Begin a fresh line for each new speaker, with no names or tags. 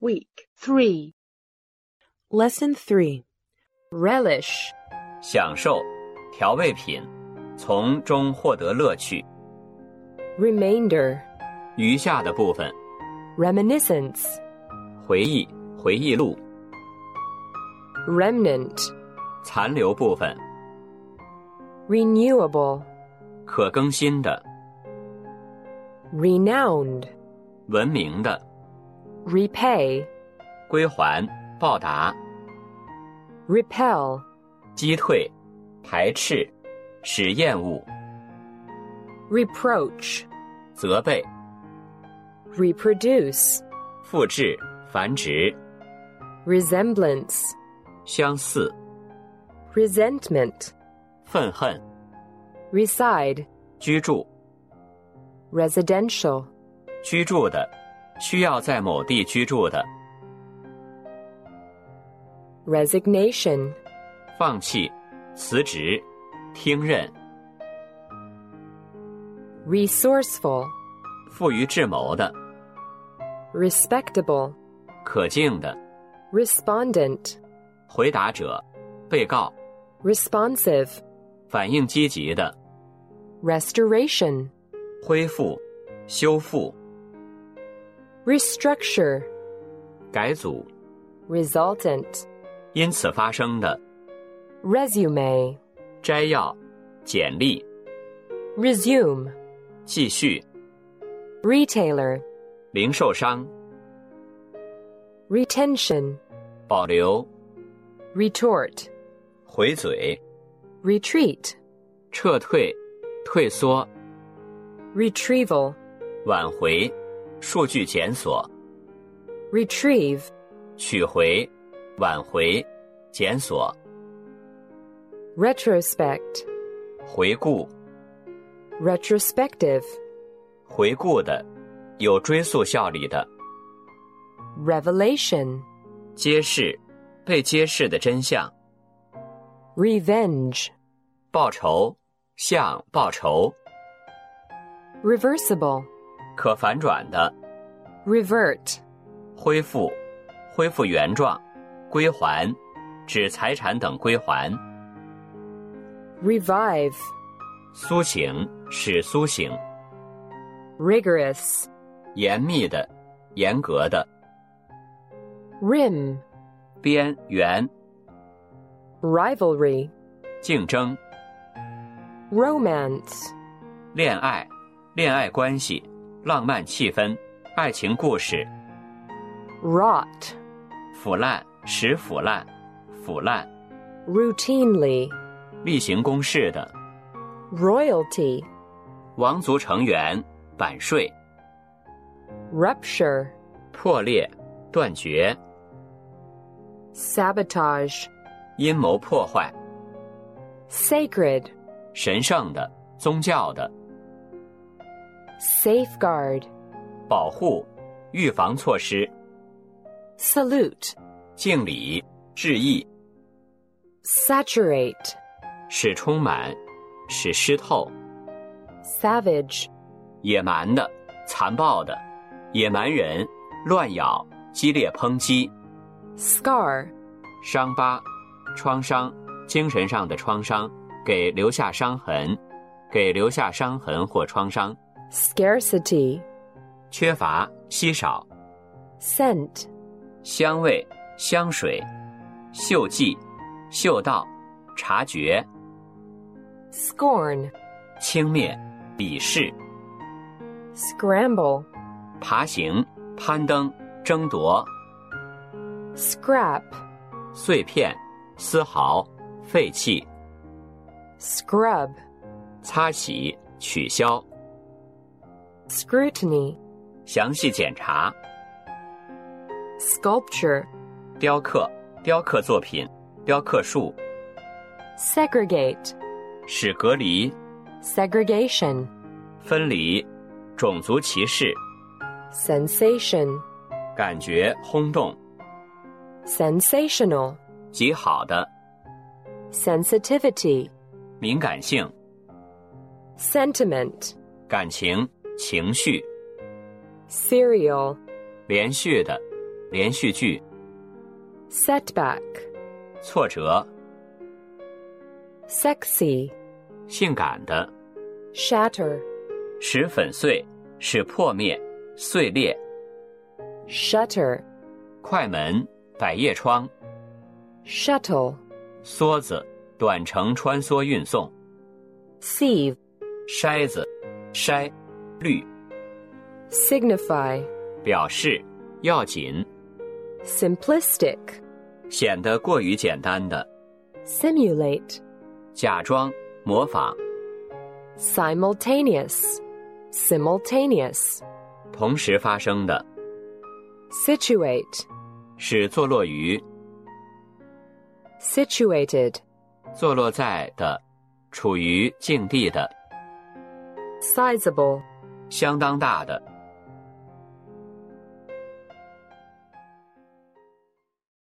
Week 3.
Lesson 3 Relish.
享受调味品，从中获得乐趣。
Remainder.
余下的部分，
Reminiscence.
回忆、回忆录、
Remnant.
残留部分、
Renewable.
可更新的、
Renowned.
文明的、
Repay.
归还、报答、
Repel.
击退、排斥、使厌恶、
Reproach.
责备、
Reproduce.
复制、繁殖、
Resemblance.
相似、
Resentment.
愤恨、
Reside.
居住、
Residential.
居住的、需要在某地居住的、
Resignation.
放弃、辞职、听任、
Resourceful.
富于智谋的、
Respectable.
可敬的、
Respondent.
回答者、被告、
Responsive.
反应积极的、
Restoration.
恢复、修复、
Restructure.
改组，
Resultant.
因此发生的
Resume.
摘要、简历、
Resume.
继续、
Retailer.
零售商、
Retention.
保留、
Retort.
回嘴、
Retreat.
撤退、退缩、
Retrieval.
挽回、数据检索、
Retrieve.
取回、挽回、检索、
Retrospect.
回顾、
Retrospective.
回顾的、有追溯效力的、
Revelation.
揭示、被揭示的真相、
Revenge.
报仇、向报仇、
Reversible.
可反转的。
Revert.
恢复、恢复原状、归还、指财产等归还、
Revive.
苏醒、使苏醒、
Rigorous.
严密的、严格的、
Rim.
边缘、
Rivalry.
竞争、
Romance.
恋爱、恋爱关系、浪漫气氛、爱情故事、
Rot.
腐烂、使腐烂、腐烂、
Routinely.
例行公事的、
Royalty.
王族成员、版税、
Rupture.
破裂、断绝、
Sabotage.
阴谋破坏、
Sacred.
神圣的、宗教的。
Safeguard.
保护、预防措施、
Salute.
敬礼、致意，
Saturate.
使充满，使湿透，
Savage.
野蛮的、残暴的，野蛮人、乱咬、激烈抨击、
Scar.
伤疤、创伤、精神上的创伤，给留下伤痕，给留下伤痕或创伤，
Scarcity.
缺乏、稀少、
Scent.
香味、香水、嗅迹、嗅到、察觉、
Scorn.
轻蔑、鄙视。
Scramble.
爬行、攀登、争夺、
Scrap.
碎片、丝毫、废弃、
Scrub.
擦洗、取消、
Scrutiny.
详细检查、
Sculpture.
雕刻、雕刻作品、雕刻术、
Segregate.
使隔离、
Segregation.
分离、种族歧视、
Sensation.
感觉轰动、
Sensational.
极好的、
Sensitivity.
敏感性、
Sentiment.
感情、情绪、
Serial.
连续的、连续剧
setback,
挫折、
sexy,
性感的、
shatter,
使粉碎、使破灭、碎裂、
shutter,
快门、百叶窗、
shuttle,
梭子、短程穿梭运送、
sieve,
筛子、筛、绿、
signify,
表示要紧、
simplistic,
显得过于简单的、
simulate,
假装、模仿、
simultaneous, simultaneous,
同时发生的，
situate,
使坐落于、
situated,
坐落在的、处于境地的、
sizable,
相当大的、